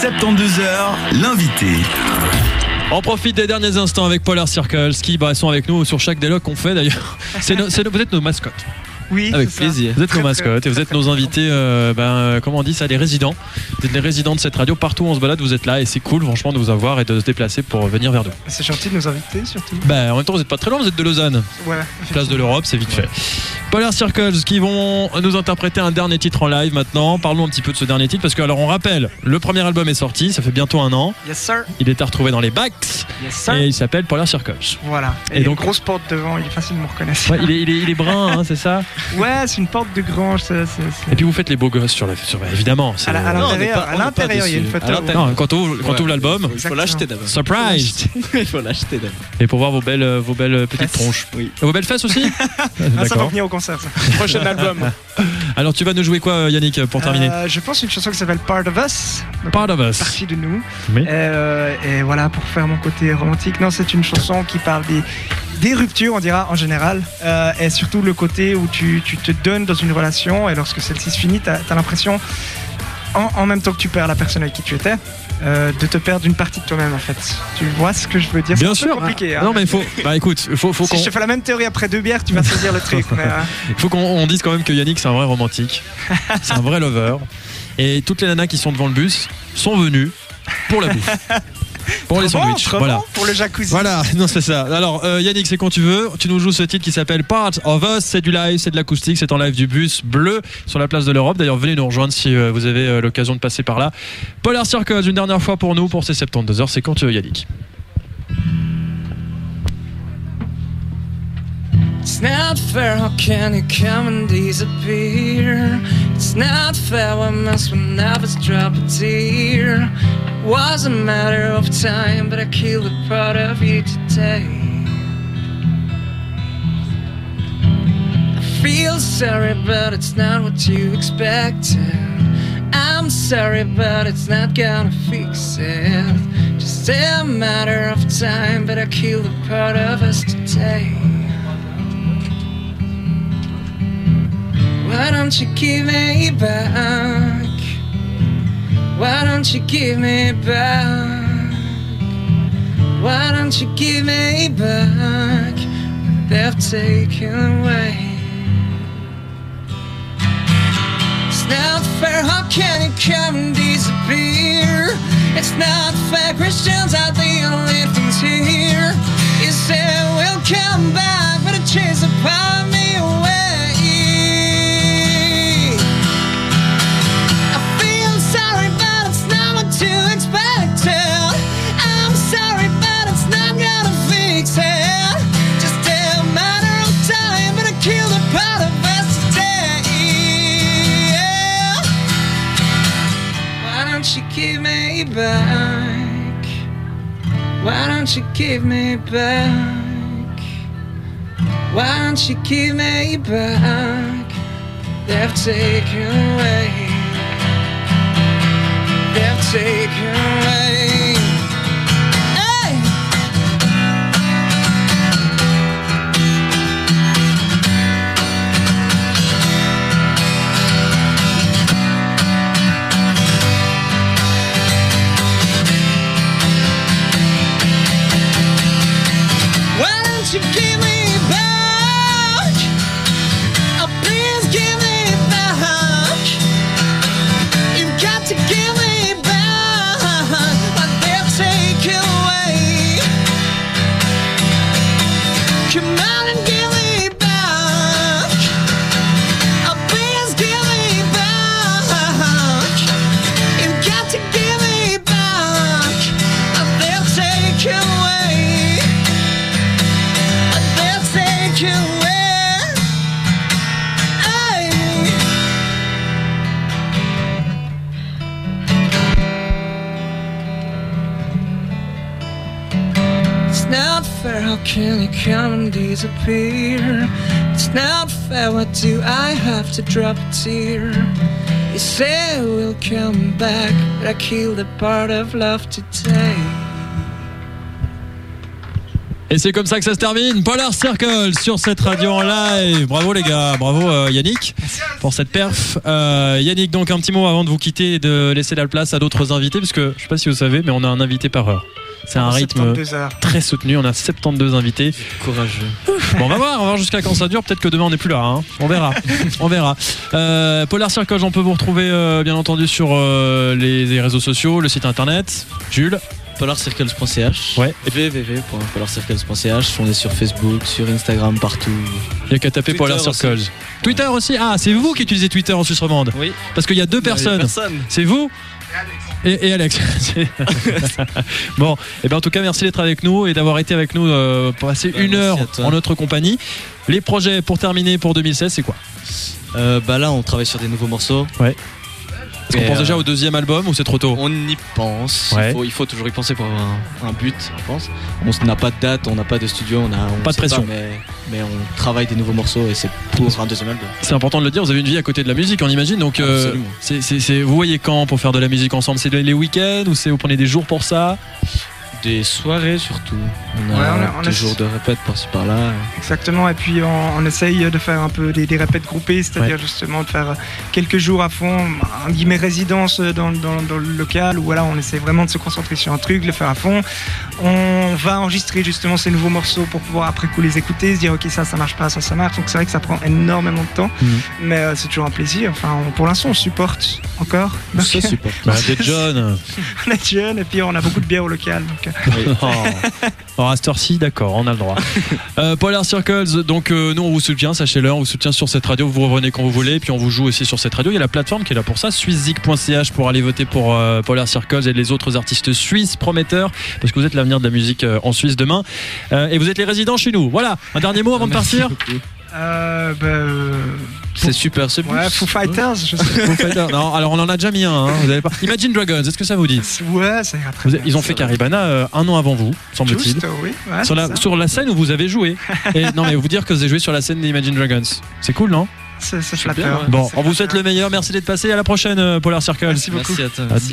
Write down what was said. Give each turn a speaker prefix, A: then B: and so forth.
A: 72 heures, l'invité.
B: On profite des derniers instants avec Polar Circles qui bah, sont avec nous sur chaque dialogue qu'on fait d'ailleurs. C'est nos- c'est nos- vous êtes nos mascottes.
C: Oui,
B: Avec
C: c'est ça.
B: plaisir. Vous êtes nos
C: Très,
B: mascottes et vous
C: très,
B: êtes
C: très
B: nos
C: content.
B: invités, euh, ben, euh, comment on dit ça, les résidents. Vous êtes les résidents de cette radio. Partout où on se balade, vous êtes là et c'est cool franchement de vous avoir et de se déplacer pour venir vers nous.
C: C'est gentil de nous inviter surtout.
B: Ben, en même temps, vous n'êtes pas très loin, vous êtes de Lausanne.
C: Voilà.
B: Place de l'Europe, c'est vite fait. Polar Circles qui vont nous interpréter un dernier titre en live maintenant. Parlons un petit peu de ce dernier titre parce que, alors on rappelle, le premier album est sorti, ça fait bientôt un an.
C: Yes sir.
B: Il est à retrouver dans les bacs
C: Yes sir.
B: et il s'appelle Polar Circles.
C: Voilà.
B: Et
C: Et, donc
B: donc-
C: grosse porte devant, il est facile de me reconnaître.
B: Ouais, il, est, il, est, il est brun, hein, c'est ça
C: Ouais, c'est une porte de grange. ça, c'est- c'est-
B: Et puis vous faites les beaux gosses sur la. Sur, bah, évidemment. c'est-
C: À la- à
B: Non,
D: on
C: l'intérieur,
D: n'est pas-
C: à
D: on n'est pas
C: l'intérieur, il y a une
D: dessus.
C: photo.
D: À l'intérieur.
B: non, quand on ouvre, quand on ouvre l'album,
D: Il faut
C: Exactement.
D: l'acheter d'abord.
B: surprise
D: Il faut l'acheter d'abord.
B: Et pour voir vos belles, euh, vos belles euh, petites
C: Fesses.
B: tronches.
D: Oui.
B: Et vos belles fesses aussi
C: Ah, ça va
B: D'accord.
C: venir au concert. ça.
D: Prochain album.
B: Alors tu vas nous jouer quoi, euh, Yannick, pour terminer
C: Euh, je pense une chanson qui s'appelle Part of Us. donc
B: Part of Us.
C: Partie de nous.
B: Oui.
C: Euh, et voilà, pour faire mon côté romantique, non, c'est une chanson qui parle des, des ruptures, on dira, en général. Euh, et surtout le côté où tu, tu te donnes dans une relation et lorsque celle-ci se finit, t'as as, l'impression, en, en même temps que tu perds la personne avec qui tu étais, euh, de te perdre une partie de toi-même, en fait. Tu vois ce que je veux dire
B: Bien
C: C'est un peu
B: sûr.
C: compliqué. hein.
B: Non mais il faut, bah écoute, il faut, faut
C: si
B: qu'on
C: je te fais la même théorie après deux bières, tu vas saisir le truc. mais, euh,
B: faut qu'on on dise quand même que Yannick c'est un vrai romantique, c'est un vrai lover. Et toutes les nanas qui sont devant le bus sont venues pour la bouffe, pour les
C: revanche,
B: sandwichs.
C: revanche
B: Voilà.
C: Pour le jacuzzi.
B: Voilà, non c'est ça. Alors euh, Yannick, c'est quand tu veux, tu nous joues ce titre qui s'appelle Part of Us, c'est du live, c'est de l'acoustique, c'est en live du bus bleu sur la place de l'Europe. D'ailleurs, venez nous rejoindre si euh, vous avez euh, l'occasion de passer par là. Polar Circles, une dernière fois pour nous, pour ces 72 heures, c'est quand tu veux Yannick.
E: It's not fair, how can you come and disappear? It's not fair, we must one of us drop a tear. It was a matter of time, but I killed a part of you today. I feel sorry, but it's not what you expected. I'm sorry, but it's not gonna fix it. Just a matter of time, but I killed a part of us today. Why don't you give me back? Why don't you give me back? Why don't you give me back? what They've taken away. It's not fair, how can you come and disappear? It's not fair, Christians are the only things here. You say we'll come back, but it chase upon me away. I feel sorry, but it's not what you expected. I'm sorry, but it's not gonna fix it. Just a matter of time, but I killed a part of us today. Why don't you give me back? Why don't you give me back? Why don't you give me back? They've taken away they've taken away. Hey! Why don't you give me back? Oh, please give me back. You've got to give me back what they've taken away. Come on and give me back. Oh, please give me back. You've got to give me back what they've taken away. What they've taken away. It's not fair, how can you come and disappear? It's not fair, what do I have to drop a tear? You say we'll come back, but I killed a part of love today.
B: Et c'est comme ça que ça se termine. Polar Circle sur cette radio en live. Bravo les gars, bravo euh, Yannick pour cette perf. Euh, Yannick, donc un petit mot avant de vous quitter et de laisser la place à d'autres invités, parce que je sais pas si vous savez, mais on a un invité par heure. C'est un rythme
C: 72 heures.
B: très soutenu, on a 72 invités.
D: Courageux.
B: Bon, on va voir, on va voir jusqu'à quand ça dure. Peut-être que demain on n'est plus là. hein. On verra, on verra. Euh, Polar Circle, on peut vous retrouver euh, bien entendu sur euh, les, les réseaux sociaux, le site internet. Jules,
D: Polarcircles.ch
B: Ouais.
D: Et www.polarcircles.ch On est sur Facebook, sur Instagram, partout.
B: il n'y a qu'à taper Polar
D: Twitter
B: Circle.
D: aussi.
B: Twitter aussi. Ah, c'est vous qui utilisez Twitter en Suisse romande.
D: Oui.
B: Parce qu'il y a deux personnes.
D: Personne.
B: C'est vous et, et Alex. C'est- bon, et bien en tout cas, merci d'être avec nous et d'avoir été avec nous euh, pour passer
D: Ben,
B: une
D: merci
B: heure
D: à toi.
B: en notre compagnie. Les projets pour terminer pour 2016, c'est quoi
D: Euh, bah là, on travaille sur des nouveaux morceaux.
B: Est-ce qu'on
D: Et,
B: pense
D: euh,
B: déjà au deuxième album ou c'est trop tôt
D: On y pense.
B: Ouais.
D: Il, faut, il faut toujours y penser pour avoir un, un but, je pense. On s- n'a pas de date, on n'a pas de studio, on a on
B: Pas de
D: sait
B: pression.
D: mais, mais on travaille des nouveaux morceaux et c'est pour un deuxième album.
B: C'est important de le dire, vous avez une vie à côté de la musique, on imagine. Donc, euh,
D: Absolument.
B: c'est- c'est- c'est- vous voyez quand pour faire de la musique ensemble C'est les week-ends ou c'est vous prenez des jours pour ça
D: Des soirées surtout. On a,
C: Ouais, on a- on a-
D: des jours de répète par-ci par-là.
C: Exactement, et puis on, on essaye de faire un peu des, des répètes groupées, c'est-à-dire justement de faire euh, quelques jours à fond, en guillemets résidence dans, dans- dans le local, où voilà, on essaie vraiment de se concentrer sur un truc, de le faire à fond. On va enregistrer justement ces nouveaux morceaux pour pouvoir après coup les écouter, se dire ok ça ça marche pas, ça ça marche, donc c'est vrai que ça prend énormément de temps,
B: Mhm.
C: mais euh, c'est toujours un plaisir, enfin on- pour l'instant on supporte encore,
D: On
C: donc
D: se supporte.
B: C'est John
C: on est jeune, et puis on a beaucoup de bière au local, donc euh,
B: Oh. Alors à cette heure-ci, d'accord, on a le droit. Euh, Polar Circles, donc euh, nous on vous soutient, sachez-le, on vous soutient sur cette radio, vous revenez quand vous voulez, puis on vous joue aussi sur cette radio. Il y a la plateforme qui est là pour ça, suissezik.ch pour aller voter pour euh, Polar Circles et les autres artistes suisses prometteurs, parce que vous êtes l'avenir de la musique euh, en Suisse demain. Euh, et vous êtes les résidents chez nous. Voilà, un dernier mot avant de
D: Merci
B: partir.
D: beaucoup.
C: euh, bah, euh,
D: C'est super ce
C: ouais,
D: bus.
C: Foo Fighters, je sais
B: Foo Fighters. Non, alors on en a déjà mis un. hein, vous avez pas... Imagine Dragons, est-ce que ça vous dit
C: ouais ça ira très
B: Vous-
C: bien.
B: Ils ont fait Caribana euh, un an avant vous, semble-t-il.
C: Juste, oui, ouais,
B: Sur
C: c'est
B: la,
C: ça.
B: sur la scène où vous avez joué. Et non, mais vous dire que vous avez joué sur la scène d'Imagine Dragons. C'est cool, non
C: C'est- c'est
D: bien,
C: flatteur.
D: ouais.
B: Bon,
C: C'est
B: on vous souhaite
C: flatteur.
B: le meilleur. Merci d'être passé. À la prochaine, euh, Polar Circle.
C: Merci beaucoup.
D: Merci à toi.
B: Merci.